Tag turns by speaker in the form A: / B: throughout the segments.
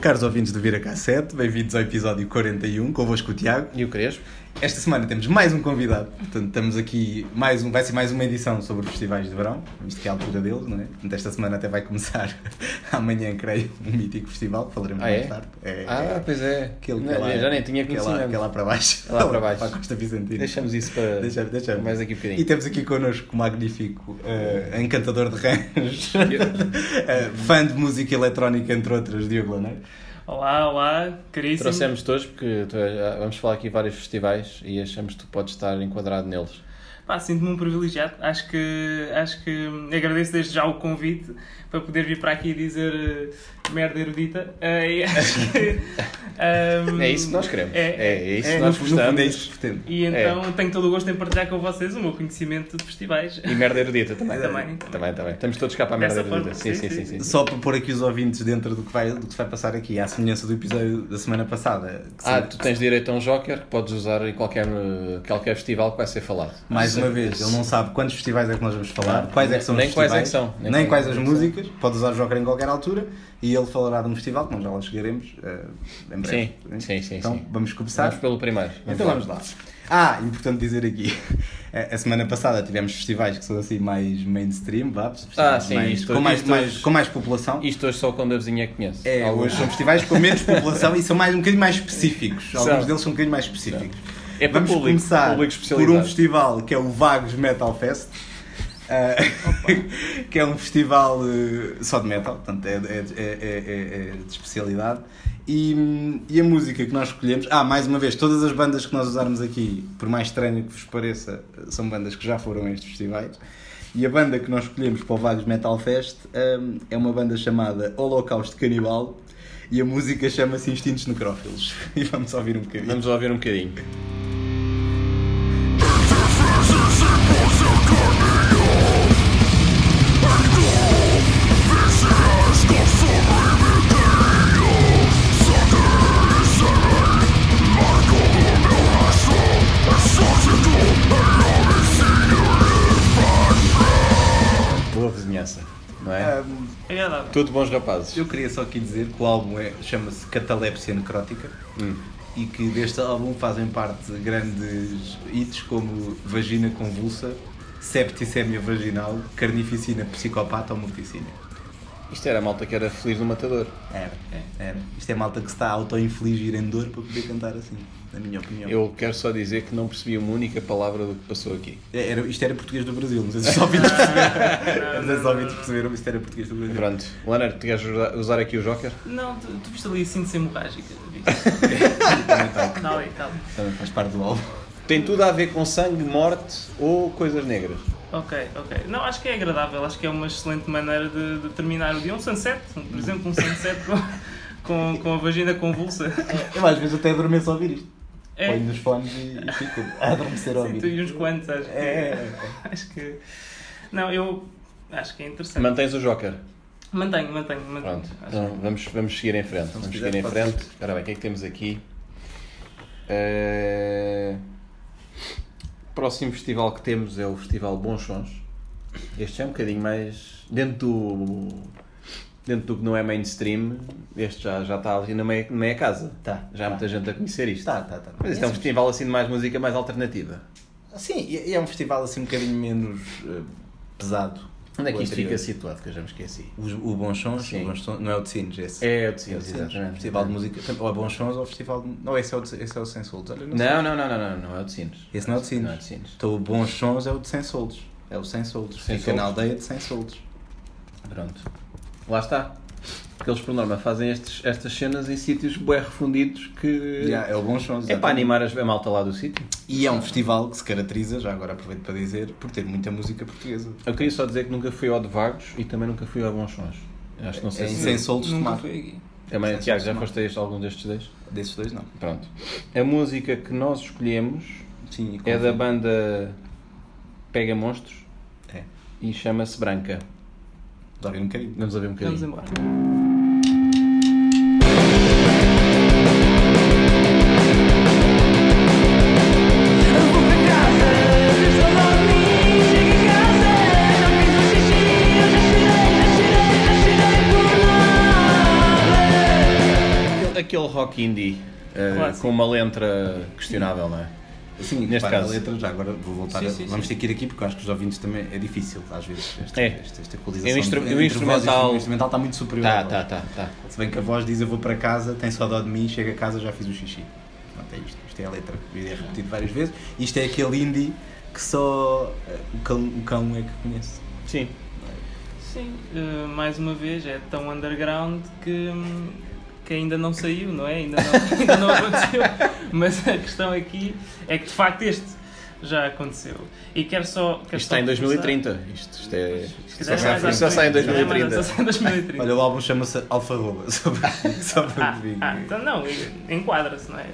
A: Caros ouvintes do Vira Cassete, bem-vindos ao episódio 41, convosco o Tiago.
B: E o Crespo?
A: Esta semana temos mais um convidado, portanto, estamos aqui, mais um, vai ser mais uma edição sobre festivais de verão, visto que é a altura deles, não é? Portanto, esta semana até vai começar, amanhã, creio, um mítico festival, falaremos
B: Ah,
A: mais
B: é?
A: tarde. É,
B: Ah, pois é.
A: Aquele que
B: Não,
A: é lá,
B: eu já nem tinha
A: que é lá,
B: conhecimento.
A: que é lá para baixo.
B: É lá para baixo.
A: Para a Costa Vicentina.
B: Deixamos isso para
A: Deixamos, deixamos.
B: mais aqui um
A: E
B: bocadinho.
A: temos aqui connosco o magnífico eh, encantador de rãs,
B: Eu-
A: eh, fã de música eletrónica, entre outras, Diogo Laneiro.
C: Olá, olá, caríssimo.
B: Trouxemos todos porque tu és- ah, vamos falar aqui vários festivais e achamos que tu podes estar enquadrado neles.
C: Pá, sinto-me um privilegiado. Acho que, acho que agradeço desde já o convite para poder vir para aqui dizer eh, merda erudita. Eh, e acho que, ehm,
B: É isso que nós queremos.
C: é,
B: É, é isso que
A: Hum, É,
B: nós
A: no fundo, no fundo, é
B: gostamos.
A: isso que pretende.
C: E então tenho todo o gosto em partilhar com vocês o meu conhecimento de festivais.
B: E merda erudita também.
C: Também.
B: Também, também. Estamos todos cá para a merda
C: Dessa
B: erudita. Sim,
C: forma,
B: sim,
C: sim,
B: sim.
C: sim.
B: sim.
A: Só para pôr aqui os ouvintes dentro do que, vai, do que se vai passar aqui, à semelhança do episódio da semana passada. que se-
B: Ah, tu tens direito a um joker que podes usar em qualquer, eh, qualquer festival que vai ser falado.
A: mais uma vez, ele não sabe quantos festivais é que nós vamos falar,
B: Não,
A: quais é que são
B: Ah, nem
A: os
B: quais
A: festivais,
B: é que são,
A: nem,
B: nem
A: quais,
B: quais
A: as
B: é que
A: músicas, pode usar o Joker em qualquer altura e ele falará de um festival que nós já lá chegaremos eh, em breve.
B: Sim, sim, sim,
A: Então
B: sim.
A: vamos começar.
B: Vamos pelo primeiro.
A: Então vamos lá. Ah, importante dizer aqui, a a semana passada tivemos festivais que são assim mais mainstream, vá, festivais
B: Ah, sim,
A: mais-
B: isto-
A: com, mais,
B: isto-
A: mais- com mais população.
B: Isto hoje só quando a vizinha conhece.
A: É,
B: Alguns-
A: hoje são festivais com menos população e são mais, um bocadinho mais específicos. Alguns
B: São.
A: deles são um bocadinho mais específicos.
B: É para
A: Vamos
B: público,
A: começar
B: público
A: por
B: especializado.
A: um festival que é o Vagos Metal Fest. ah, que é um festival eh, só de metal, portanto é, é- é- é- é- é de especialidade. E, hum, e a música que nós escolhemos, ah, mais uma vez, todas as bandas que nós usarmos aqui, por mais estranho que vos pareça, são bandas que já foram a estes festivais. E a banda que nós escolhemos para o Vagos Metal Fest hum, é uma banda chamada Holocausto Canibal e a música chama-se Instintos Necrófilos. E vamos ouvir um bocadinho.
B: Vamos ouvir um bocadinho. Boa vizinhança, não é?
A: Hum,
C: Agradável.
B: Tudo bons rapazes.
A: Eu queria só aqui dizer que o álbum é- chama-se Catalepsia Necrótica e que deste álbum fazem parte grandes hits como Vagina Convulsa, Septicemia Vaginal, Carnificina Psicopata ou Multicina.
B: Isto era a malta que era feliz no matador.
A: Era, era. Isto é malta que se está a auto-infligir em dor para poder cantar assim, na minha opinião.
B: Eu quero só dizer que não percebi uma única palavra do que passou aqui.
A: É, Era, isto era português do Brasil, não sei se os ouvintes perceberam. Não sei se os ouvintes perceberam, mas isto era português do Brasil.
B: Pronto, Leonard, tu queres usar- usar aqui o Joker?
C: Não, tu, tu viste ali assim de hemorrágica. viste? Não, ali, tal.
A: tá, Também faz parte do álbum.
B: Tem tudo a ver com sangue, morte ou coisas negras.
C: Ok, ok. Não, acho que é agradável, acho que é uma excelente maneira de, de terminar o dia. Um sunset, um- por exemplo, um sunset com, com, com a vagina convulsa.
B: É.
A: Eu às vezes até adormeço a ouvir isto.
C: É.
A: Ponho nos fones e, e fico a adormecer a
C: Sim,
A: ouvir.
C: tu e uns quantos, acho que.
A: É, é, é.
C: Acho que. Não, eu acho que é interessante.
B: Mantens o Joker?
C: Mantenho, mantenho, mantenho.
B: Pronto,
C: Acho
B: então vamos, vamos seguir em frente. Vamos
A: quiser,
B: seguir em
A: pode
B: frente. Ora bem, o que é que temos aqui? Eh, Próximo festival que temos é o Festival Bons Sons. Este é um bocadinho mais. Dentro do. Dentro do que não é mainstream, este já, já está ali na meia, na meia casa.
A: Tá,
B: já
A: tá.
B: há muita gente a conhecer isto.
A: Tá, tá, tá.
B: Mas isto é um festival assim de mais música, mais alternativa.
A: Sim, e e é um festival assim um bocadinho menos eh, pesado.
B: Onde é que
A: O
B: isto
A: anterior.
B: fica situado? Que eu já me esqueci.
A: Os- O, Bons Sons,
B: Sim.
A: o Bons Sons- não é o de Sines, esse.
B: É, eu te
A: o de Sines, Festival de Música, ou é Bons Sons ou Festival de... Não, esse é o, de, esse é o Sem Soldos, olha, não, sei.
B: Não, não, não, não, não, não é o de Sines.
A: Esse não é o de Sines.
B: Não é o de Sines.
A: Então o Bons Sons é o de Sem Soldos, é o Sem Soldos,
B: Sem
A: fica na
B: Soldos.
A: aldeia de Sem Soldos.
B: Pronto. Lá está. Porque eles, por norma, fazem estes, estas cenas em sítios bué refundidos que...
A: Já, é o Bons Sons,
B: é para
A: exatamente.
B: animar as- a malta lá do sítio.
A: E é um festival que se caracteriza, já agora aproveito para dizer, por ter muita música portuguesa.
B: Eu queria só dizer que nunca fui ao de Vagos e também nunca fui ao Bons Sons. Acho que não sei
A: É em
B: se...
A: Sem Soldos
C: que
A: de
C: nunca
A: Mar.
C: fui aqui.
B: Também,
A: Sem
B: Tiago,
A: Sol
B: já
A: de Mar.
B: foste a este, algum destes dois?
A: Desses dois, não.
B: Pronto. A música que nós escolhemos
A: Sim,
B: é da banda Pega Monstros
A: É.
B: e chama-se Branca.
A: Já vi um bocadinho.
B: Vamos ouvir um
C: Vamos
B: bocadinho.
C: embora.
D: Around
B: aquele rock indie eh,
C: um Clássico.
B: com uma letra questionável, não é?
A: Sim,
B: Neste
A: repara,
B: caso.
A: assim, a letra, já agora vou voltar.
C: Sim,
A: a-
C: sim,
A: Vamos
C: sim.
A: ter que ir aqui porque eu acho que os ouvintes também é difícil, às vezes, esta,
B: É.
A: esta, esta equalização.
B: É um instru-
A: entre-
B: um
A: entre voz e-
B: instrumental-
A: O instrumental está muito superior. à
B: Tá,
A: voz.
B: tá, tá, tá.
A: Se bem que a voz diz eu vou para casa, tem só dó de mim, chega a casa já fiz o xixi. Pronto, é isto. Isto é a letra. Isto é repetido várias vezes. Isto é aquele indie que só eh, o cão, o cão é que conhece.
B: Sim.
C: Sim, eh, mais uma vez, é tão underground que, hum, que ainda não saiu, não é? Ainda não, ainda não aconteceu. Mas a questão aqui é que de facto este já aconteceu. E quero só. Quero
B: Isto
C: só
B: está em
C: começar-
B: 2030. Isto, isto é.
C: Se
B: Isto
C: quiser,
B: só sai-
C: mais à
B: isto só sai em
C: frente.
B: 2030.
C: Só sai em 2030.
A: Olha, o álbum chama-se Alfarroba, só para, só para
C: Ah,
A: que
C: ah, então não, enquadra-se, não é?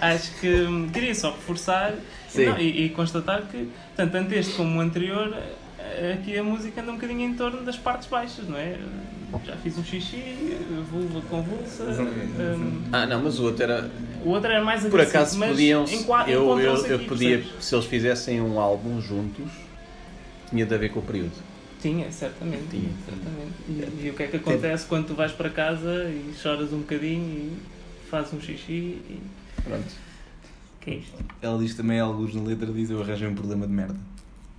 C: Acho que hum, queria só reforçar
B: Sim.
C: não, e, e constatar que, tanto ante este como o anterior, eh, aqui a música anda um bocadinho em torno das partes baixas, não é? Já fiz um xixi, vulva convulsa. hum,
B: Ah, não, mas o outro era.
C: o outro era mais
B: Por
C: agressivo,
B: acaso
C: mas
B: podiam.
C: enqua-
B: Eu, eu,
C: encontram-se
B: eu
C: aqui,
B: podia.
C: percebes?
B: Se eles fizessem um álbum juntos, tinha de haver com o período.
C: Tinha, certamente.
B: Tinha.
C: certamente. E, e o que é que acontece quando tu vais para casa e choras um bocadinho e fazes um xixi e.
B: Pronto.
C: que é isto?
A: Ela diz também, alguns na letra, diz eu arranjei um problema de merda.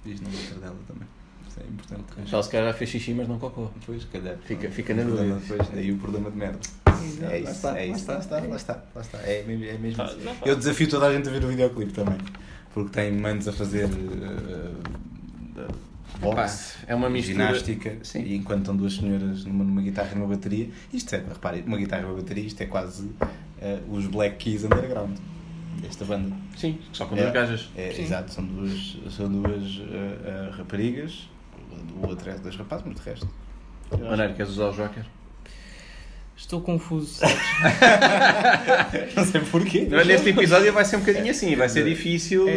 A: Diz na letra dela também. Isso é importante.
B: Já se calhar já fez xixi, mas não cocô.
A: Depois, se calhar.
B: Fica- fica na
A: O problema
B: dúvida.
A: Depois, daí o problema de merda.
C: Exato.
A: É isso, é isso. Lá está, lá está, lá está. É mesmo, é mesmo
C: Pá, não, pá.
A: Eu desafio toda a gente a ver o videoclipe também. Porque tem manos a fazer eh, eh, boxe,
B: Pá, é uma mistura.
A: ginástica,
B: Sim.
A: e enquanto estão duas senhoras numa, numa guitarra e numa bateria, isto é, reparem, uma guitarra e uma bateria, isto é quase eh, os Black Keys Underground, desta banda.
B: Sim, só com
A: É.
B: duas gajas.
A: É,
C: Sim.
A: exato, são duas, são duas eh, eh, raparigas, o outro é dois rapazes, mas de resto.
B: Maneiro, queres usar o Joker?
C: Estou confuso.
A: Não sei porquê.
B: Durante este episódio vai ser um
A: É.
B: bocadinho assim, vai ser difícil
C: É.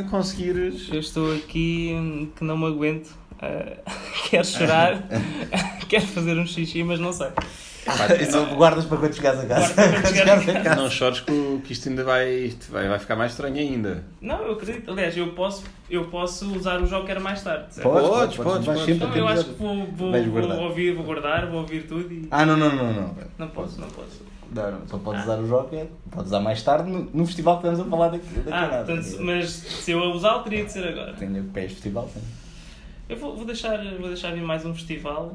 B: eh, conseguires.
C: Eu estou aqui hum, que não me aguento. Ah, quero chorar, quero fazer um xixi, mas não sei.
A: Isso guardas para quando chegares a casa.
C: Guardas para quando chegares a
B: Não chores que, o- que isto ainda vai, isto vai, vai ficar mais estranho ainda.
C: Não, eu acredito. Aliás, eu posso, eu posso usar o Joker mais tarde. certo?
A: Podes,
B: Podes,
A: podes, podes.
B: podes,
A: vais
B: podes.
A: sempre
C: Não,
A: ter
C: eu acho que
A: melhor.
C: vou, vou,
A: Vais
C: vou
A: guardar.
C: ouvir, vou guardar, vou ouvir tudo e.
A: Ah, não, não, não, não.
C: Não posso, não posso.
A: Não, não, só podes usar o Joker, podes usar mais tarde no, no festival que estamos a falar daqui. daqui a
C: Ah,
A: nada.
C: portanto, mas se eu a usar, teria de ser agora.
A: Tenho o pés festival, tenho.
C: Eu vou, vou deixar, vou deixar vir mais um festival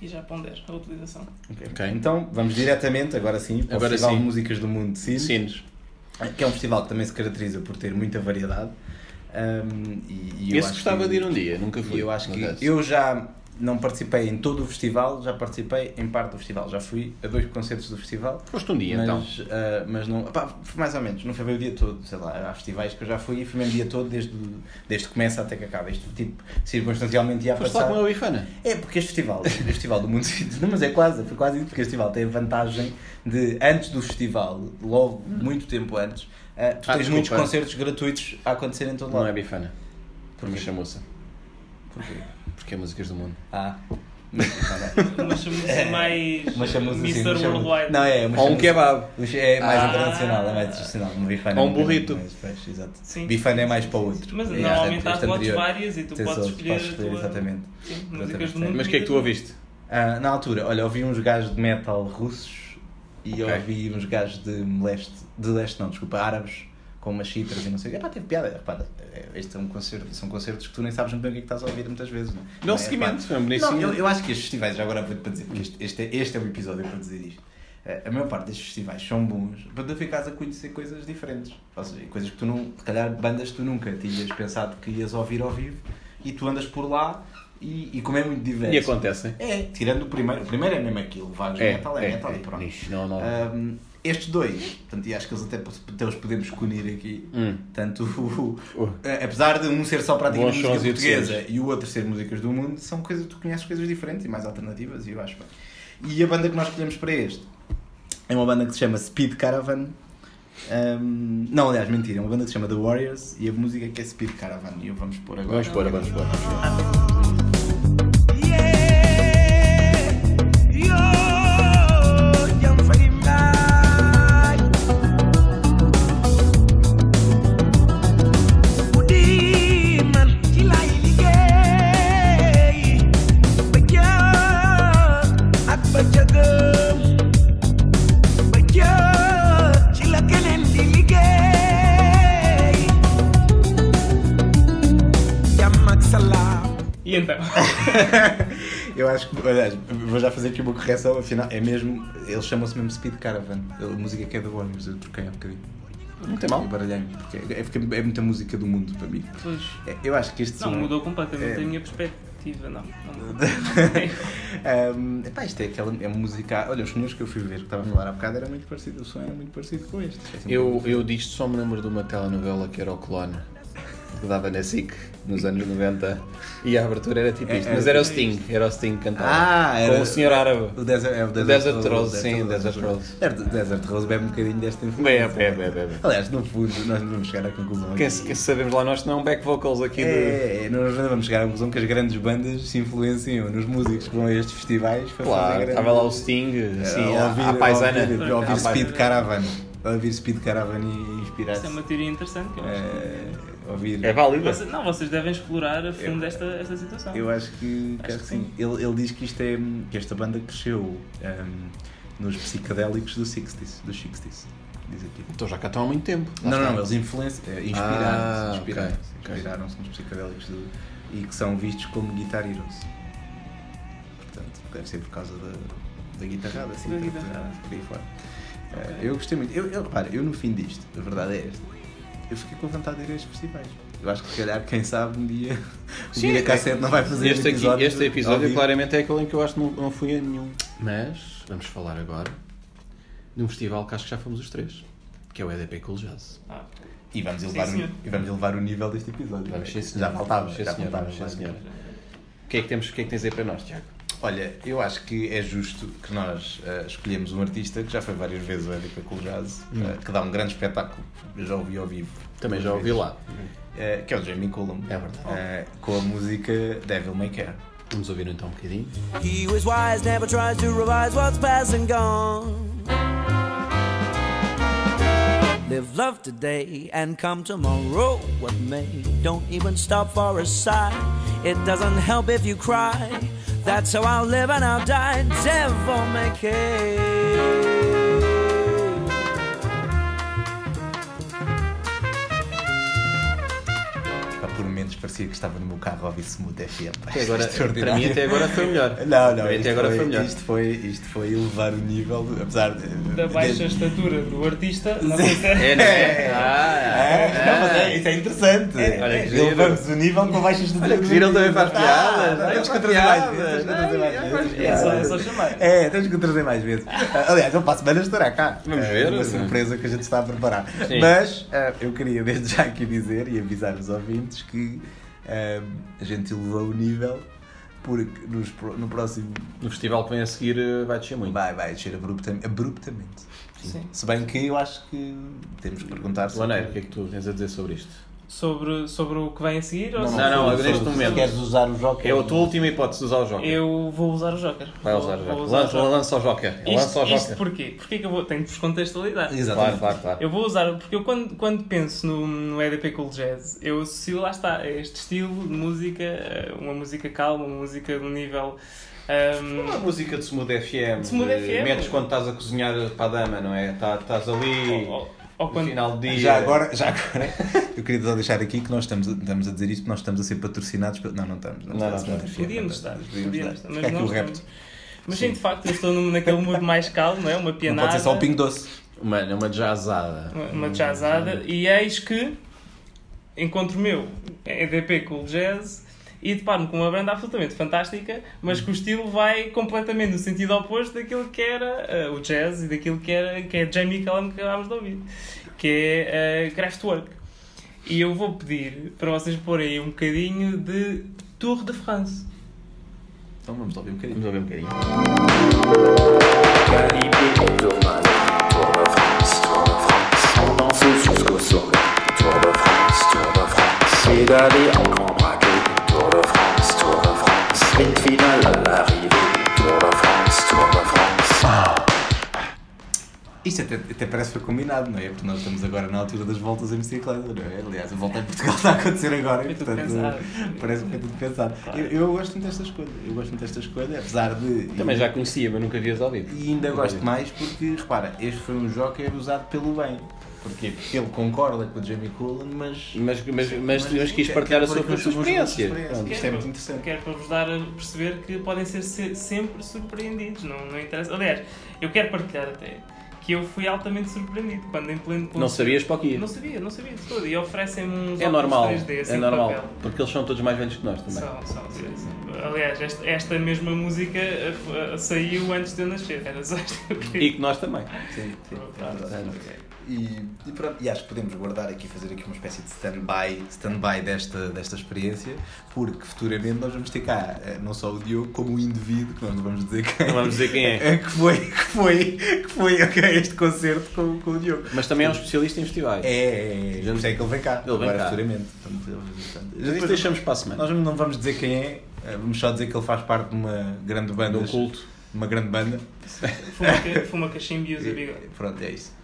C: e já ponder a utilização.
B: Ok.
A: Então, vamos diretamente, agora sim, para
B: Agora
A: o Festival
B: sim.
A: de Músicas do Mundo de Cine,
B: Sinos.
A: que é um festival que também se caracteriza por ter muita variedade. Ahm, e, e eu
B: Esse
A: acho
B: gostava
A: que-
B: de ir um dia, nunca
A: E
B: fui.
A: eu acho que
B: confesso.
A: eu já não participei em todo o festival, já participei em parte do festival. Já fui a dois concertos do festival.
B: Foste um dia então.
A: mas, ah, mas não. Pá, foi mais ou menos, não foi bem o dia todo, sei lá, há festivais que eu já fui e foi mesmo o dia todo, desde, o- desde que começa até que acaba. Isto, tipo, circunstancialmente ia
B: Foste
A: passar.
B: lá com a bifana.
A: É porque este festival, este festival do mundo não, mas é quase, foi quase isso, porque este festival tem a vantagem de, antes do festival, logo muito tempo antes, ah, tu
B: Ah,
A: tens muitos
B: desculpa.
A: concertos gratuitos a acontecer em todo
B: Não é
A: lado.
B: bifana. Por me chamou-se.
A: Porquê?
B: Porque é músicas do mundo.
A: Ah, mas, não, não.
C: Uma chamuça assim, mais
A: Mas chamamos É. assim,
C: Mr.
A: mas chamamos-
C: Worldwide.
A: Não, é, mas
B: Ou um
A: chamamos-
B: kebab.
A: É mais
C: Ah.
A: internacional, é mais internacional. Um bifana
B: Ou um
A: é bocadinho
B: burrito.
A: mais baixo, exato.
C: Sim.
A: Bifana é mais para o outro.
C: Mas
A: É,
C: normalmente
A: este-
C: há
A: este
C: fotos
A: anterior.
C: várias e tu
A: Tens
C: podes
A: outros,
C: escolher,
A: podes escolher,
C: a tua...
A: exatamente.
C: Sim, músicas
A: Exatamente,
C: do mundo.
B: Mas o que é que tu ouviste?
A: Ah, na altura, olha, ouvi uns gajos de metal russos e
B: Ok.
A: ouvi uns gajos de leste, de leste não, desculpa, árabes, com umas citras e não sei o quê. Epá, teve piada. Repara, é, este é um concerto, são concertos que tu nem sabes muito bem o que é que estás a ouvir muitas vezes. Não,
B: Dá um seguimento,
A: pá,
B: é um belíssimo-
A: Não, eu, eu acho que estes festivais, já agora vou para dizer, porque este, este, é, este é o episódio para dizer isto. Eh, A maior parte destes festivais são bons para tu ficares a conhecer coisas diferentes. Ou seja, coisas que tu não. Se calhar bandas que tu nunca tinhas pensado que ias ouvir ao vivo e tu andas por lá e, e como é muito diverso.
B: E acontecem.
A: É, tirando o primeiro. O primeiro é mesmo aquilo, vagos é, metal, é, metal e pronto.
B: Ixi, Não, não.
A: Ahm, estes dois, portanto, e acho que eles até, até os podemos unir aqui.
B: Hum.
A: Tanto o- o-
B: Uh.
A: a- apesar de um ser só praticamente
B: Bons
A: música
B: sons e
A: portuguesa e o outro ser músicas do mundo, são coisas tu conheces coisas diferentes e mais alternativas, e eu acho bem. E a banda que nós escolhemos para este é uma banda que se chama Speed Caravan. Ahm, não, aliás, mentira, é uma banda que se chama The Warriors e a música que é Speed Caravan. E eu vamos pôr agora.
B: Vamos pôr, vamos pôr.
D: Yeah.
C: então.
A: Eu acho que, aliás, vou já fazer aqui uma correção, afinal, é mesmo, eles chamam-se mesmo Speed Caravan, a música que é do ônibus, eu troquei há um bocadinho.
B: Não tem mal.
A: Eu baralhei-me, porque é, é porque é muita música do mundo para mim.
C: Pois.
A: É, Eu acho que este
C: Não,
A: som-
C: mudou completamente
A: É.
C: a minha perspectiva, não. não mudou.
A: Ahm, epá, isto é aquela é música. Olha, os senhores que eu fui ver que estava a falar há bocado era muito parecido, o som era muito parecido com este. É assim,
B: Eu, eu disto só me lembro de uma telenovela que era o Clone, que dava na SIC nos anos 90 e a abertura era tipo isto,
A: É-
B: mas
A: era
B: era o
A: tipo
B: Sting, era o Sting que cantava.
A: Ah, era
B: Com o senhor árabe.
A: O Desert, é, o Desert,
B: Desert
A: Rose,
B: Rose, sim, Desert
A: Desert, Desert Rose bebe um bocadinho desta
B: Bebe, bebe, bebe, bebe.
A: Aliás, no fundo, nós não vamos chegar à conclusão.
B: Quem,
A: aqui.
B: quem sabemos lá nós que não é um back vocals aqui de...
A: É, é, nós não vamos chegar à conclusão que as grandes bandas se influenciam nos músicos que vão a estes festivais para
B: Claro,
A: fazer
B: estava lá o Sting, assim, à- à paisana.
A: A É, ouvir, a ouvir
B: À
A: Speed
B: paisana.
A: Caravan. A ouvir Speed Caravan e
C: Isso
A: inspirar-se.
C: é uma teoria interessante que eu acho.
A: É, ouvir.
B: É válida.
C: Vocês- não, vocês devem explorar a fundo esta, esta situação.
A: Eu acho que,
C: Acho
A: acho que
C: que
A: sim. Ele, ele diz que, isto é, que esta banda cresceu hum, nos psicadélicos do 60s, dos 60s. Diz aqui.
B: Então já cá estão há muito tempo.
A: Não,
B: Lá
A: não,
B: está.
A: não, eles influenci- eh,
B: Ah,
A: inspiraram-se. Inspiraram-se
B: ok, ok.
A: inspiraram nos psicadélicos do- e que são vistos como guitar heroes. Portanto, deve ser por causa da, da guitarrada, assim,
C: Da
A: da
C: guitarrada.
A: por aí fora. Eh,
C: Ok.
A: Eu gostei muito. Eu, eu, repara, eu no fim disto, a verdade é esta, eu fiquei com vontade de ir a estes festivais. Eu acho que se calhar, quem sabe, um dia o
B: Sim,
A: Mira Cassete não vai fazer um
B: Este, aqui-
A: episódio
B: este
A: ao
B: episódio
A: vivo.
B: claramente é aquele em que eu acho que não, não fui a nenhum. Mas vamos falar agora de um festival que acho que já fomos os três, que é o EDP Cool Jazz.
C: Ah,
A: E vamos,
C: Sim,
A: elevar, o-
C: senhor.
A: e vamos elevar o nível deste episódio.
B: é- Vamos, sim, senhor.
A: já faltava,
B: Sim,
A: já
B: senhor,
A: faltava.
B: vamos, sim,
A: já
B: senhor. O que é que temos, o que é que tens aí para nós, Tiago?
A: Olha, eu acho que é justo que nós eh, escolhemos um artista que já foi várias vezes ao EDP Cool Jazz,
B: Hum.
A: eh, que dá um grande espetáculo. Eu já ouvi ao vivo.
B: Também
A: duas
B: já ouvi
A: vezes.
B: lá.
A: Eh, que é o Jamie Cullum.
B: É verdade.
A: Eh, com a música Devil May Care.
B: Vamos ouvir então um bocadinho.
D: He who is wise, never tries to revise what's past and gone. Live love today and come tomorrow what may. Don't even stop for a sigh. It doesn't help if you cry. That's how I'll live and I'll die. Devil may care.
A: Pá, por momentos parecia que estava no meu carro a ouvir Smooth FM.
B: Até é agora-
A: Extraordinário.
B: para mim até agora foi o melhor.
A: é Não, não,
B: Para mim
A: isto
B: até agora
A: foi,
B: foi o melhor.
A: Isto foi, isto foi elevar o nível, apesar de-
C: da baixa
A: de-
C: estatura do artista, não sei se é.
B: É, não é? Ah,
A: É, não, mas é, isso é interessante.
B: olha que giro.
A: Elevamos o nível com baixas do
B: Olha que giro, ele também faz piadas,
A: Ah,
B: olha,
A: Temos que
B: faz
A: trazer mais
B: piadas.
A: vezes. temos que trazer mais
B: Ai,
A: vezes.
C: É só, é só chamar.
A: É, temos que trazer mais vezes. Ah, Aliás, ele para a semana estará cá.
B: Vamos
A: É
B: ver,
A: Uma
B: né?
A: surpresa que a gente está a preparar.
B: Sim.
A: Mas ah, eu queria desde já aqui dizer e avisar os ouvintes que ah, a gente elevou o nível porque nos pro- no próximo
B: No festival que vem a seguir eh, vai descer muito.
A: vai, vai descer abruptam- abruptamente.
C: Sim.
A: Se bem que eu acho que temos que perguntar se
B: Laneiro, o que é que tu tens a dizer sobre isto?
C: Sobre, sobre o que vem a seguir? ou se-
B: não, não, agora neste
A: se
B: momento.
A: queres usar o joker.
B: É a tua última hipótese de usar o Joker.
C: Eu vou usar o Joker.
B: Vai usar o
C: Vou- vou
B: Joker.
C: usar o
B: Lança, lança o Joker. Lança
C: Isto,
B: o
C: isto
B: Joker.
C: porquê? Porquê que eu vou. Tenho de vos contextualizar.
B: Claro,
A: Exatamente.
B: claro, claro.
C: Eu vou usar, porque eu quando, quando penso no, no EDP Cool Jazz, eu associo, lá está, a este estilo de música, eh, uma música calma, uma música de um nível. ehm,
B: Uma é música de Smooth FM.
C: Smooth
B: eh,
C: FM.
B: Metes quando estás a cozinhar para a dama, não é? Tá- Estás ali
C: ou, ou
B: no
C: quando-
B: final do dia.
A: Já agora, já agora, eu queria só deixar aqui que nós estamos a, estamos a dizer isto, porque nós estamos a ser patrocinados pelo. Não, não estamos. Não,
B: Não, não
A: estamos.
B: estamos.
C: Podíamos estar, podíamos estar.
A: Fica aqui
C: não
A: É o
C: estamos.
A: repto.
C: Mas sim, de facto, eu estou num- naquele mood mais calmo, não é? Uma
A: Não
C: pianada.
A: pode ser só o Pingo Doce.
B: Uma, é uma jazzada.
C: uma- Uma jazzada. E eis que encontro o meu EDP Cool Jazz e deparo-me com uma banda absolutamente fantástica, mas que o estilo vai completamente no sentido oposto daquilo que era eh, o jazz e daquilo que, era, que é Jamie Callum que acabámos de ouvir, que é eh, Kraftwerk. E eu vou pedir para vocês porem aí um bocadinho de Tour de France.
A: Então vamos lá ouvir um bocadinho.
B: Vamos ouvir um bocadinho.
E: Caribe domani, Tour de France, Tour de France, on danse jusqu'au soleil. Tour de France, Tour de France, pédaler en grand braquet. Tour de France, Tour de France, sprint final à l'arrivée. Tour de France, Tour de France.
A: Isto até, até parece que foi combinado, não é? Porque nós estamos agora na altura das voltas em bicicleta, não é? Aliás, a volta em Portugal está a acontecer agora,
C: Foi
A: e,
C: tudo
A: portanto,
C: pensado.
A: parece que foi tudo pensado. Eu, eu gosto muito desta escolha, eu gosto muito desta escolha, apesar de.
B: Também já conhecia, mas nunca vias ao vivo.
A: E ainda gosto mais porque, repara, este foi um joker é usado pelo bem. Porquê? Porque ele concorda com o Jamie Cullen, mas.
B: Mas, mas, mas, é mas quis partilhar a sua, a sua experiência. Pronto.
A: Isto é muito interessante.
C: Quero para vos dar a perceber que podem ser se- sempre surpreendidos, não, não interessa. Aliás, eu quero partilhar até que eu fui altamente surpreendido quando em pleno
B: Não sabias para o que ia.
C: Não sabia, não sabia de tudo. E oferecem-me uns
B: É
C: óculos
B: normal,
C: 3D, assim,
B: é
C: de
B: normal,
C: papel.
B: porque eles são todos mais velhos que nós também.
C: São, são, sim, sim. Aliás, esta, esta mesma música eh, eh, saiu antes de eu nascer. Era só isto que eu queria.
B: E que nós também.
A: Sim, sim.
B: tá, Portanto,
A: E, e pronto, e acho que podemos guardar aqui, fazer aqui uma espécie de stand-by stand desta, desta experiência, porque futuramente nós vamos ter cá eh, não só o Diogo, como o indivíduo, que nós não vamos dizer quem,
B: Não vamos dizer quem é.
A: eh, que foi, que foi, que foi ok, este concerto com, com o Diogo.
B: Mas também é um especialista em festivais.
A: É, é, é,
B: Já-
A: por isso é que ele vem cá,
B: Ele vem
A: agora
B: cá. Então,
A: futuramente. Portanto, ele- portanto,
B: Depois deixamos para a semana.
A: Nós não vamos dizer quem é, eh, vamos só dizer que ele faz parte de uma grande banda.
B: De um culto.
A: Uma grande banda.
C: Fuma, ca- fuma cachimbo e usa bigode.
A: E, pronto, é isso.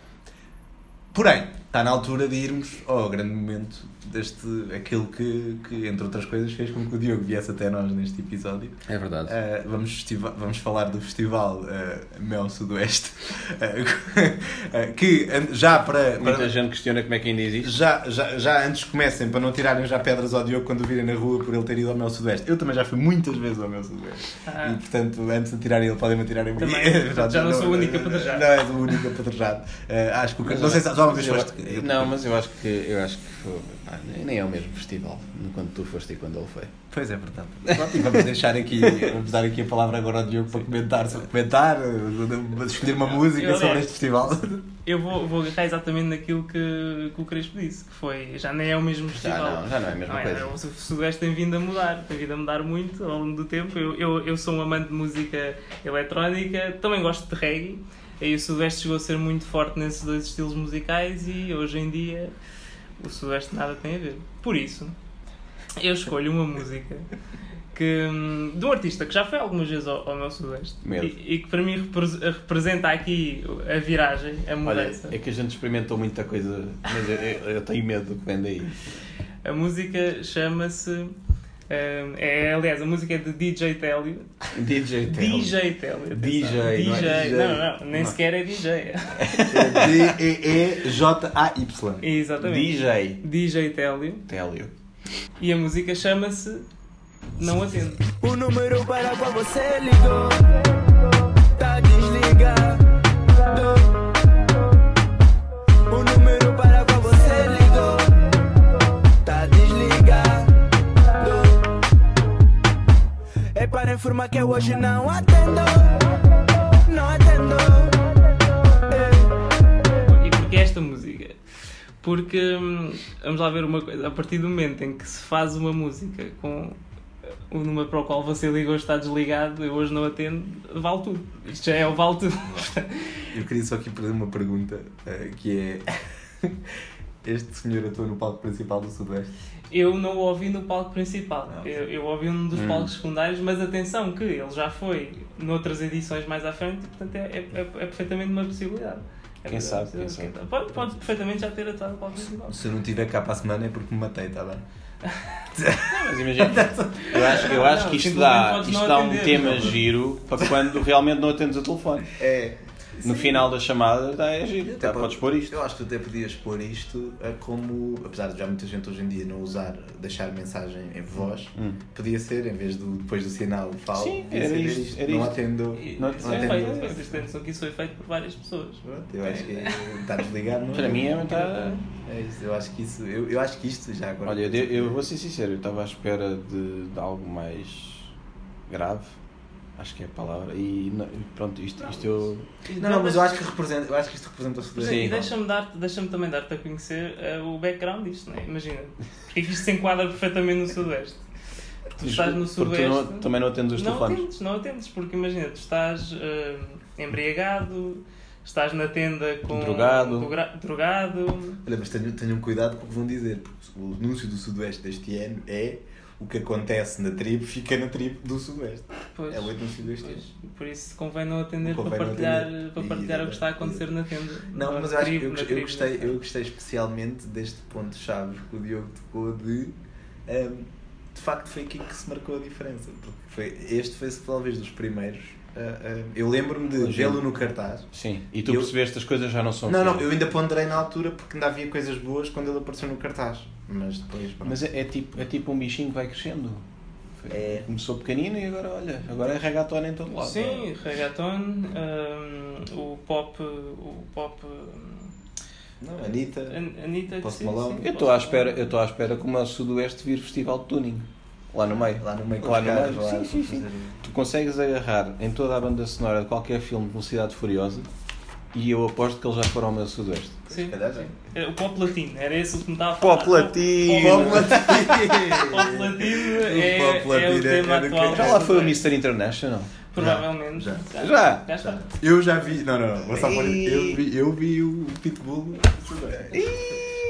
A: Porém, está na altura de irmos ao grande momento deste, aquilo que, que, entre outras coisas, fez com que o Diogo viesse até nós neste episódio.
B: É verdade.
A: Uh, vamos, festiva- vamos falar do festival uh, Mel Sudoeste, uh, que an- já para,
B: Muita
A: para-
B: gente questiona como é que ainda existe.
A: já, já, já antes comecem, para não tirarem já pedras ao Diogo quando o virem na rua por ele ter ido ao Mel Sudoeste. Eu também já fui muitas vezes ao Mel Sudoeste.
C: Ah,
A: E portanto, antes de tirarem ele, podem-me tirar a mim.
C: Também.
A: Portanto,
C: Já não sou o único apedrejado.
A: Não és o único apedrejado. Eh, acho que o. Não sei se já uma vez
B: Mas eu-
A: foste.
B: Não, mas eu acho que eu acho que foi- pá, nem nem é o mesmo festival quando tu foste e quando ele foi.
A: Pois é, portanto. Pronto, e vamos deixar aqui, vamos dar aqui a palavra agora ao Diogo para comentar, sobre comentar, eh, escolher uma música
C: Eu,
A: sobre
C: aliás,
A: este festival.
C: eu vou, vou agarrar exatamente naquilo que, que o Crespo disse, que foi já nem é o mesmo
B: Já
C: festival.
B: não, já não é a mesma
C: Não é,
B: coisa.
C: o Su- Sudoeste tem vindo a mudar, tem vindo a mudar muito ao longo do tempo. Eu, eu, eu sou um amante de música eletrónica, também gosto de reggae, e o Sudoeste chegou a ser muito forte nesses dois estilos musicais e hoje em dia o Sudoeste nada tem a ver. Por isso, eu escolho uma música que, hum, de um artista que já foi algumas vezes ao, ao meu Sudoeste
B: Medo.
C: e, e que para mim repres- representa aqui a viragem, a
B: Olha,
C: mudança.
B: é que a gente experimentou muita coisa, mas eu, eu- eu tenho medo do que vem daí.
C: A música chama-se. hum, é, aliás, a música é de DJ Télio.
B: DJ Tel.
C: DJ Télio. atenção.
B: DJ, não é
C: DJ.
B: DJ.
C: Não, não, nem
B: Não.
C: sequer é DJ.
A: D-E-E-J-A-Y.
C: Exatamente.
B: DJ
C: DJ Télio.
B: Télio.
C: E a música chama-se. Não atendo.
D: O número para qual você ligou tá desligado. O número para qual você ligou tá desligado. É para informar que eu hoje não atendo. Não atendo.
C: E porquê esta música? Porque, hum, vamos lá ver uma coisa, a partir do momento em que se faz uma música com o número para o qual você ligou está desligado, eu hoje não atendo, vale tudo. Isto já é o vale tudo.
A: Eu queria só aqui fazer uma pergunta, eh, que é. Este senhor atua no palco principal do Sudoeste.
C: Eu não o ouvi no palco principal,
A: Ah, ok.
C: eu, eu ouvi num
B: Hum.
C: dos palcos secundários, mas atenção que ele já foi noutras edições mais à frente, portanto é, é, é- é perfeitamente uma possibilidade. É
B: Quem
C: perfeitamente
B: sabe,
C: uma
B: quem
C: possibilidade.
B: sabe.
C: Pode, pode perfeitamente já ter atuado no palco principal.
A: Se eu não estiver cá para a semana é porque me matei, está bem?
B: Ah, Mas imagina, eu acho, eu
C: Não,
B: acho
C: não,
B: que isto
C: simplesmente
B: dá,
C: podes
B: isto
C: não
B: dá um
C: atender,
B: tema
C: não.
B: giro para quando realmente não atendes o telefone.
A: É.
B: No final da chamada dá é giro,
A: Até
B: dá, podes pôr isto.
A: Eu acho que tu até podias pôr isto a como, apesar de já muita gente hoje em dia não usar, deixar mensagem em voz, podia ser, em vez do depois do sinal falo,
B: Hum. Sim,
A: podia
B: era
A: ser
B: isto, era
A: não
B: isto.
A: atendo.
C: E-
B: Não-
C: isso
A: não
C: é
A: atendo.
C: feito, vocês atenção que isso foi feito por várias pessoas.
A: Pronto, eu acho que está desligado. não
B: É. Para mim é muita.
A: É isso, eu acho que isso, eu, eu acho que isto já agora.
B: Olha, eu, de- eu vou ser sincero, eu estava à espera de, de algo mais grave, acho que é a palavra, e não- pronto, isto, isto eu.
A: Não, não, mas eu acho que representa, eu acho que isto representa o
C: Mas
A: Sudeste.
B: Sim.
C: e é deixa-me dar deixa também dar-te a conhecer eh, o background disto, não é? Imagina, porque é que isto se enquadra perfeitamente no Sudoeste. Tu estás no
B: Porque tu
C: Sudoeste.
B: não- também não atendes os
C: Não
B: telefones.
C: atendes, não atendes, porque imagina, tu estás eh, embriagado, estás na tenda com.
B: Drogado.
C: droga- drogado.
A: Olha, mas tenham, tenham cuidado com o que vão dizer, porque o anúncio do Sudoeste deste ano é o que acontece na tribo fica na tribo do Sudoeste.
C: Pois,
A: É o anúncio deste ano.
C: pois, por isso convém não atender
A: Convém
C: para
A: não
C: partilhar,
A: atender.
C: para partilhar o que está a acontecer na tenda.
A: Não,
C: Na
A: mas eu acho que
C: tribo,
A: eu,
C: na
A: gos- eu
C: tribo,
A: gostei,
C: na-
A: eu gostei especialmente deste ponto-chave que o Diogo tocou de. hum, de facto, foi aqui que se marcou a diferença. Porque foi, este foi talvez dos primeiros ah, ah, eu lembro-me de vê-lo no cartaz.
B: Sim. E tu
A: Eu-
B: percebeste as coisas já não são
A: Não, não,
B: aquilo.
A: eu ainda ponderei na altura porque ainda havia coisas boas quando ele apareceu no cartaz. Mas depois, pronto.
B: Mas é, é tipo, é tipo um bichinho que vai crescendo. Foi-
A: É.
B: Começou pequenino e agora, olha, agora é regatona em todo lado.
C: Sim, reggaeton, hum, o pop, o pop... hum,
A: Não, Anitta.
C: An- Anitta,
A: Post
C: sim,
A: Malone.
C: sim,
B: Eu estou à espera, eu estou à espera que o nosso sudoeste vir festival de tuning. Lá no meio.
A: Lá no meio com
B: Lá
A: os
B: no
A: caras,
B: meio.
A: lá,
B: Sim, sim,
A: fazer-
B: sim. Tu consegues agarrar em toda a banda sonora de qualquer filme de Velocidade Furiosa e eu aposto que eles já foram ao meu sudoeste.
C: Sim.
A: se calhar, sim.
C: Era O pop latino, era esse o que me estava a falar.
B: Pop latino!
C: é O pop latino é,
A: O pop
C: é
A: latino
C: o tema
A: era do
C: atual.
A: que-
B: Já lá foi o Mr. International?
C: Provavelmente.
A: Já.
B: Já?
C: Já está.
A: Eu já vi. Não, não, não. Vou só pôr-
B: Ei.
A: eu, vi, eu vi o Pitbull.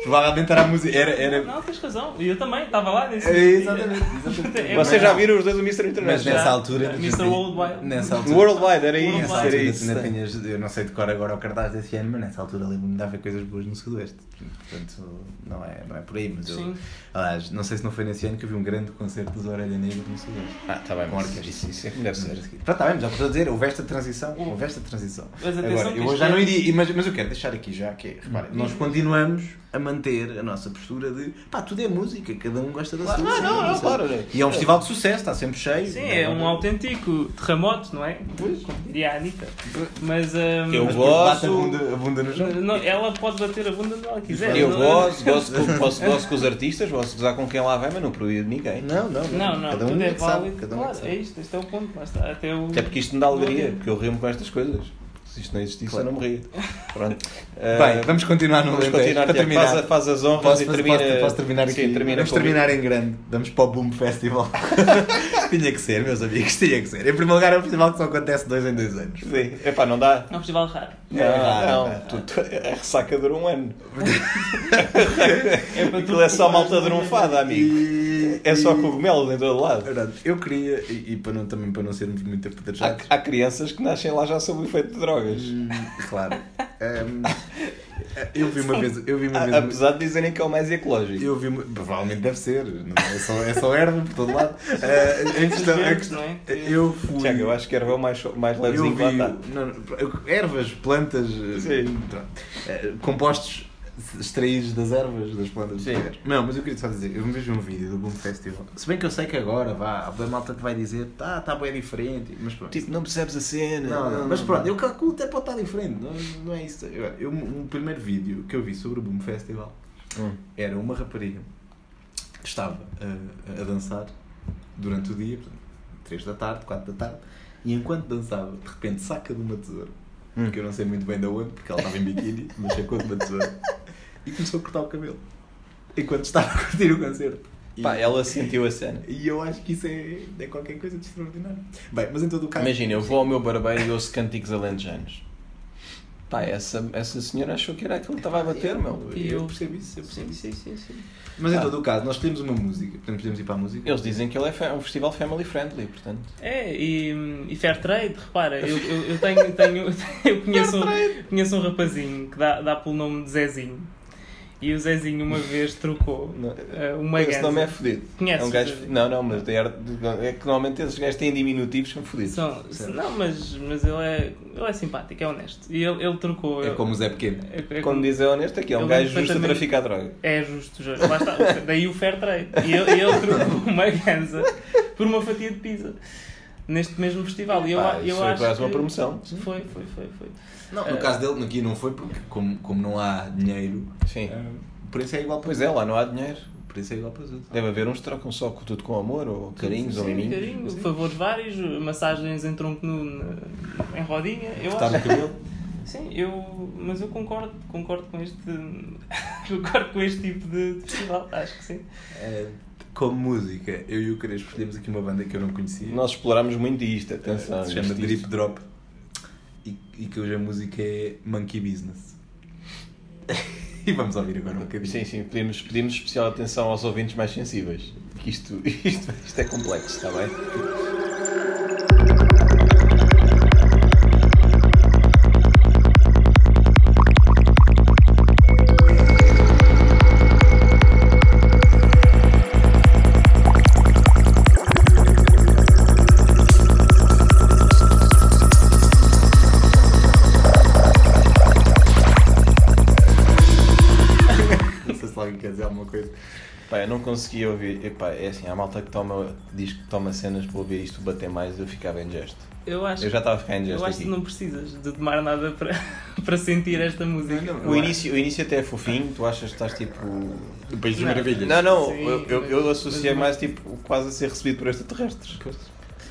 A: Provavelmente era a música. Era, era...
C: Não, tens razão. E eu também, estava lá nesse
A: É, Exatamente. exatamente.
C: É
B: Vocês
C: verdade.
B: já viram os dois o Mr.
A: Mas
B: International?
A: nessa
C: Já.
A: altura. tu
C: Mr.
A: tinha-
C: Worldwide.
A: Nessa altura.
B: Worldwide, era isso,
A: Nessa
B: era
A: altura
B: isso.
A: tu ainda tinhas, eu não sei decorar agora o cartaz desse ano, mas nessa altura lembro-me de haver coisas boas no Sudoeste. Portanto, não é, não é por aí, mas eu.
C: Sim.
A: Aliás, não sei se não foi nesse ano que eu vi um grande concerto dos Orelha Negra no Sudoeste.
B: Ah, tá bem,
A: Com
B: mas
A: orquestra.
B: isso, isso é como deve ser.
A: Pronto, está bem, mas já estou a dizer, houve esta transição, houve esta transição.
C: Mas atenção
A: Agora,
C: que
A: eu
C: isto
A: já
C: é- Hum.
A: não iria, mas, mas eu quero deixar aqui já que, é, reparem, nós continuamos a manter a nossa postura de, pá, tudo é música, cada um gosta da sua.
B: não,
A: sim,
B: não, não,
A: sim.
B: claro, é.
A: E é um festival de sucesso, está sempre cheio.
C: Sim, é um autêntico terremoto, não é? Como diria a Anitta. Mas. hum,
B: Eu
A: Mas porque bate a
B: gosto-
A: bunda, a bunda no chão.
C: não, ela pode bater a bunda onde ela quiser.
B: Eu
C: Não- é?
B: gosto, gosto com, posso, gosto com os artistas, gosto gozar com quem lá vai, mas não proíbo ninguém.
A: Não, não,
C: Não, não,
A: cada um
C: tudo é
A: que sabe,
C: válido.
A: cada um
C: claro,
A: que
C: é
A: sabe.
C: isto, este é o ponto. Lá está. Até o...
B: Até porque isto me dá alegria, porque eu rio-me com estas coisas. Se isto não existisse,
A: Claro.
B: eu não me ria. Pronto.
A: Bem,
B: Ah,
A: vamos continuar no
B: vamos
A: Alentejo,
B: continuar,
A: para
B: Tiago.
A: terminar.
B: Faz, a- faz as honras
A: Posso,
B: e
A: posso-
B: termina.
A: posso- posso terminar
B: Sim,
A: aqui?
B: termina
A: Vamos
B: com o-
A: terminar em grande. Vamos para o Boom Festival. tinha que ser, meus amigos, tinha que ser. Em primeiro lugar, é um festival que só acontece dois em dois anos.
B: Sim, epá, não dá.
C: É um festival raro.
B: Não, não,
A: é?
B: Tu, tu, a ressaca dura um ano.
C: É para
B: Aquilo é só malta drunfada, amigo.
A: E-
B: É só
A: e-
B: cogumelos em todo lado.
A: Verdade. Eu queria, e, e para não, também para não sermos muito apedrejados,
B: Há, há crianças que nascem lá já sob o efeito de drogas.
A: Hum, claro. Hum, eu vi uma vez, eu vi uma vez, um-
B: A- Ah, Apesar de dizerem que é o mais ecológico.
A: Eu vi uma- Provavelmente deve ser. Não, é, só, é só erva por todo lado. Eh, a questão- a questão-
C: Não é?
A: Eu fui.
B: Tiago, eu acho que era o mais, o mais
A: eu
B: levezinho
A: vi-
B: que lá está.
A: não, não, ervas, plantas, eh,
B: Sim.
A: pronto. Eh, compostos extraídos das ervas, das plantas.
B: Sim.
A: Não, mas eu queria só dizer, eu vejo um vídeo do Boom Festival. Se bem que eu sei que agora, vá, há bem malta que vai dizer, tá, tá bem diferente, mas pronto.
B: Tipo, não percebes a cena.
A: Não, não, mas pronto, eu calculo até pode estar diferente, não, não é isso. Eu, eu- um primeiro vídeo que eu vi sobre o Boom Festival
B: Hum.
A: era uma rapariga que estava a, a dançar durante o dia, portanto, 3 da tarde, 4 da tarde, e enquanto dançava, de repente saca de uma tesoura,
B: Hum.
A: que eu não sei muito bem de onde, porque ela estava em biquíni, mas sacou de uma tesoura, e começou a cortar o cabelo, enquanto estava a curtir o concerto. E-
B: Pá, ela sentiu a cena.
A: E eu acho que isso é, é qualquer coisa de extraordinário. Bem, mas em todo o caso.
B: Imagina, eu vou ao meu barbeiro e ouço cânticos alentejanos. Pá, essa, essa senhora achou que era aquilo que estava a bater, meu.
C: E
A: Eu
C: eu
A: percebo isso, eu percebo
C: Sim, sim, sim.
A: Mas em
B: Ah.
A: todo o caso, nós escolhemos uma música, portanto podemos ir para a música.
B: Eles dizem que ele é fa- um festival family friendly, portanto.
C: É, e, e fair trade, repara, eu, eu, eu tenho, tenho eu conheço, um, conheço um rapazinho que dá, dá pelo nome de Zezinho. E o Zezinho uma vez trocou
B: Não,
C: eh, uma
B: Esse
C: ganza.
B: nome é fodido.
C: Conheces
B: É um
C: o
B: gajo.
C: Zezinho?
B: Não, não, mas é, é que normalmente esses gajos têm diminutivos, são fodidos.
C: São-
A: Certo.
C: não, mas, mas ele, é, ele é simpático, é honesto. E ele, ele trocou.
A: É
C: eu-
A: como o Zé Pequeno.
C: é- é como-
B: Quando diz é honesto, aqui é um
C: Eu
B: gajo
C: lembro
B: justo a
C: perfeitamente-
B: traficar droga.
C: É justo, justo. Lá está, daí o fair trade. E ele, e ele trocou uma ganza por uma fatia de pizza neste mesmo festival. E eu,
B: Pá,
C: eu
B: isso é
C: acho.
B: quase uma
C: que-
B: promoção.
C: Foi, foi, foi, foi.
A: Não,
B: eh,
A: no caso dele, aqui não foi porque, como, como não há dinheiro,
B: Sim.
A: por isso é igual para
B: Pois é, lá não há dinheiro.
A: Por isso é igual para os outros.
B: Deve haver uns que trocam só com tudo com amor, ou carinhos, ou
C: Sim,
B: miminhos.
C: carinho, favores vários, massagens em tronco nu na- em rodinha. Eu
A: Está no
C: acho.
A: cabelo.
C: Sim, eu. Mas eu concordo, concordo com este. concordo com este tipo de festival, acho que sim.
A: Eh, como música, eu e o Crespo escolhemos aqui uma banda que eu não conhecia.
B: Nós explorámos muito isto,
A: eh,
B: atenção.
A: que se chama
B: isto-
A: Drip Drop. E, e que hoje a música é Monkey Business. e vamos ouvir agora um bocadinho.
B: Sim, sim, pedimos, pedimos especial atenção aos ouvintes mais sensíveis. Que isto, isto, isto é complexo, está bem?
A: coisa.
B: Pá, eu não conseguia ouvir. Epá, é assim, há malta que toma, diz que toma cenas para ouvir isto bater mais eu ficava em gesto.
C: Eu acho,
B: Eu já estava a ficar em
C: eu
B: gesto
C: acho
B: aqui.
C: que não precisas de tomar nada para, para sentir esta música.
A: Não, não,
B: O início, o início até é fofinho, tu achas que estás tipo.
F: O País das
C: Não.
F: Maravilhas.
B: Não, não,
C: Sim,
B: eu, eu, eu associei mais tipo quase a ser recebido por extraterrestres.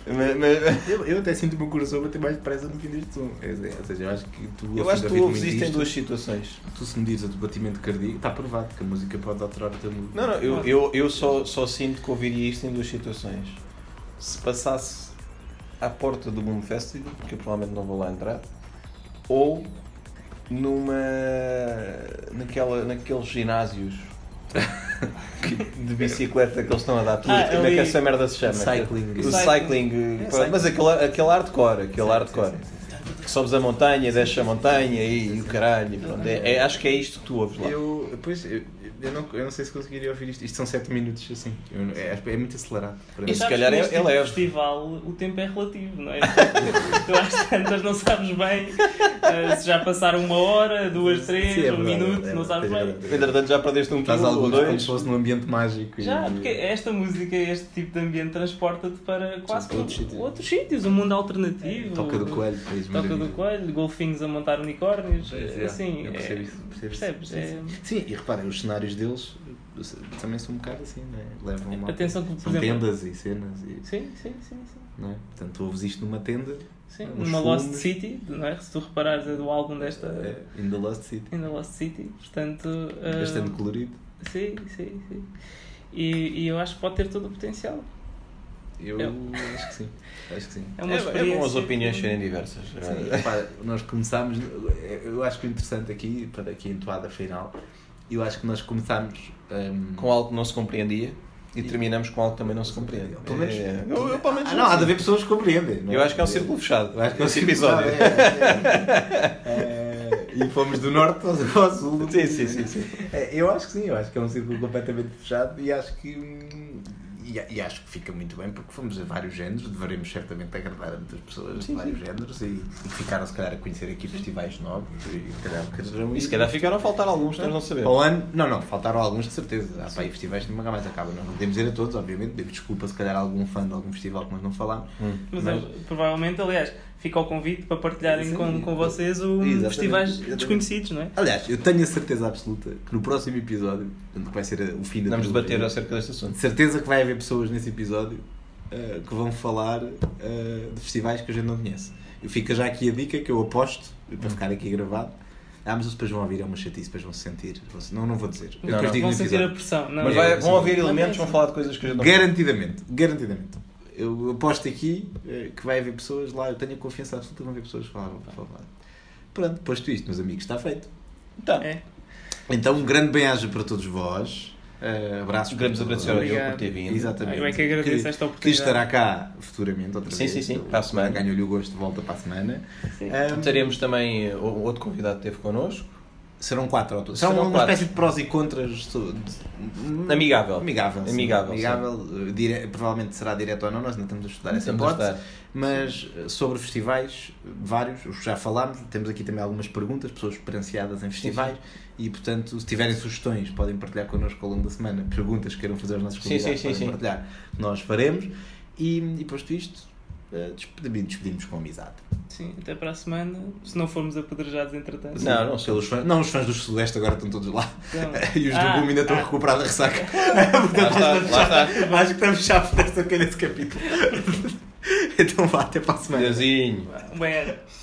B: Mas, mas-
A: Eu, eu até sinto o meu coração bater mais depressa no fim deste som. É, é, ou seja, eu acho que tu.
B: eu
A: ao
B: acho
A: fim
B: que
A: da
B: tu ouves
A: ritmo
B: isto em
A: disto,
B: duas situações.
A: Tu se medires o teu batimento cardíaco, está provado que a música pode alterar o teu é
B: Não, não, eu, eu, eu só, só sinto que ouviria isto em duas situações. Se passasse à porta do Boom Festival, que eu provavelmente não vou lá entrar, ou numa. naquela, naqueles ginásios que- de bicicleta que eles estão a dar tudo.
C: Ah,
B: Como é
C: ali-
B: que essa merda se chama?
A: Cycling. é
B: O cycling. pronto, Mas aquele, aquele hardcore, aquele hardcore. Que sobes a montanha, desces a montanha e, o caralho. Pronto, é, é- acho que é isto que tu ouves lá.
A: Eu, pois, eu, eu não, eu não sei se conseguiria ouvir isto. Isto são 7 minutos assim. Eu não- é, é muito acelerado. para mim.
B: Isso- se
C: Sabes que
B: calhar é-
C: neste
B: é
C: tipo de
B: leve.
C: festival o tempo é relativo, não é? tu às tantas não sabes bem eh, se já passaram uma hora, duas, três,
A: Sim, é
C: um
A: verdade,
C: minuto,
A: é
C: não sabes
A: verdade, é
C: bem.
A: verdade.
B: Entretanto, já perdeste um
A: Estás
B: quilo ou
A: alguns como
B: dois.
A: se fosse num ambiente mágico. e-
C: Já, porque é esta música, este tipo de ambiente transporta-te para quase
A: Sim, outros
C: outros,
A: sítios.
C: outros sítios, o mundo alternativo.
A: Toca do coelho, país
C: um Toca do
A: maravilhoso.
C: coelho, golfinhos a montar unicórnios,
A: Pois é,
C: assim,
A: eu
C: é,
A: percebo isso, percebo isso.
C: percebes? É-
A: Sim, e reparem, os cenários deles eh, também são um bocado assim, não é? Levam uma.
C: Atenção que, por
A: São
C: exemplo-
A: tendas e cenas e.
C: É, Sim, sim, sim, sim.
A: Não é? Portanto, tu ouves isto numa tenda.
C: Sim,
A: Uns
C: numa Lost
A: fumos.
C: City, não é? Se tu reparares, é do álbum desta.
A: É, in the Lost City.
C: In the Lost City, portanto. ah,
A: Bastante colorido.
C: Sim, sim, sim. E, e eu acho que pode ter todo o potencial.
A: Eu
C: eu-
A: acho que sim. Acho que sim.
C: É uma
B: É, é
C: experiência.
B: bom as opiniões
C: que-
B: serem diversas.
A: Sim, pá, nós começámos, eu acho que o interessante aqui, para aqui a entoada final, eu acho que nós começámos hum,
B: É. Com algo que não se compreendia e terminamos com algo que também não se compreende.
A: Pelo menos-
B: É, eu, eu, pelo menos
A: Ah, não, há de
B: assim.
A: haver pessoas que compreendem. não
B: Eu acho que é um círculo fechado.
A: Eu acho que é um
B: Esse
A: círculo
B: episódio.
A: fechado, é, é, é. E fomos do norte ao ao sul.
B: Sim, sim, sim, sim.
A: É, Eu acho que sim, eu acho que é um círculo completamente fechado e acho que. hum, E, e acho que fica muito bem porque fomos a vários géneros, deveremos certamente agradar a muitas pessoas de vários géneros e, e ficaram se calhar a conhecer aqui festivais novos e calhar, um quererão
B: E
A: ir.
B: se calhar ficaram a faltar alguns, nós não
A: Ao
B: sabemos.
A: ano, não, não, faltaram alguns de certeza. Há pá, aí festivais que nunca mais acabam. Nós não podemos ir a todos, obviamente. Devo desculpa se calhar a algum fã de algum festival que nós não falámos.
B: Hum.
C: Mas, eu- provavelmente, aliás, fica o convite para partilharem
A: Sim.
C: com, com vocês o
A: Exatamente,
C: festivais
A: exatamente.
C: desconhecidos, não é?
A: Aliás, eu tenho a certeza absoluta que no próximo episódio, portanto, que vai ser o fim da
B: Vamos
A: trilogia,
B: debater acerca deste assunto.
A: de certeza que vai haver pessoas nesse episódio eh, que vão falar eh, de festivais que a gente não conhece. E Fica já aqui a dica que eu aposto, para ficar aqui gravado. Ah, mas eles depois vão ouvir, é uma chatice, depois vão sentir. vão se- Não, não vou dizer. é Eu
B: Não,
A: depois
B: não.
A: digo
C: Vão
A: no
C: sentir a
A: episódio.
C: pressão. Não,
B: Mas
C: é-
B: vai,
A: sim.
B: vão haver
C: Não
B: elementos, vão
C: parece.
B: falar de coisas que a gente não
A: Garantidamente, garantidamente. Eu aposto aqui eh, que vai haver pessoas lá, eu tenho a confiança absoluta que vão haver pessoas que falar, vão falar. Pronto, posto isto, meus amigos, está feito. Tá.
B: Então,
C: É.
A: Então, um grande bem-aja para todos vós. Eh, abraços.
B: queremos
A: para todos.
B: agradecer ao Diogo
C: Obrigado.
B: por ter vindo.
A: Exatamente.
C: Eu é que agradeço esta
A: Que
C: oportunidade.
A: estará cá futuramente, outra
B: Sim,
A: vez.
B: sim, sim,
A: Ele
B: para a semana.
A: Ganhou-lhe o gosto de volta para a semana. Ahm,
B: Teremos também eh, o- outro convidado que esteve connosco.
A: serão quatro ao todo. Serão,
B: Serão
A: uma
B: quatro.
A: espécie de prós e contras. so- de-
B: Amigável.
A: Amigável. sim.
B: Amigável,
A: Amigável, eh, dire- Provavelmente será direto ou não, nós ainda estamos a estudar essa
B: Estamos a
A: hipótese.
B: estar.
A: Mas eh, sobre festivais, eh, vários, os que já falámos, temos aqui também algumas perguntas, pessoas experienciadas em festivais e, portanto, se tiverem sugestões, podem partilhar connosco ao longo da semana. Perguntas que queiram fazer aos nossos
B: Sim,
A: convidados,
B: sim, sim,
A: podem
B: sim.
A: partilhar. Nós faremos. E, e posto isto, eh, despedimos, despedimos com amizade.
C: Sim, até para a semana. Se não formos apedrejados, entretanto.
B: Não, não sou.
A: Pelos fãs, não, os fãs do Sudeste agora estão todos lá.
C: Então,
A: E os
C: Ah,
A: do Boom ainda estão
C: ah.
A: recuperados da ressaca.
B: Lá
A: Portanto,
B: está,
A: acho que
B: lá
A: já-
B: está.
A: acho que estamos já por esta nesse capítulo. então vá, até para a semana.
B: Deusinho.
C: bem, era.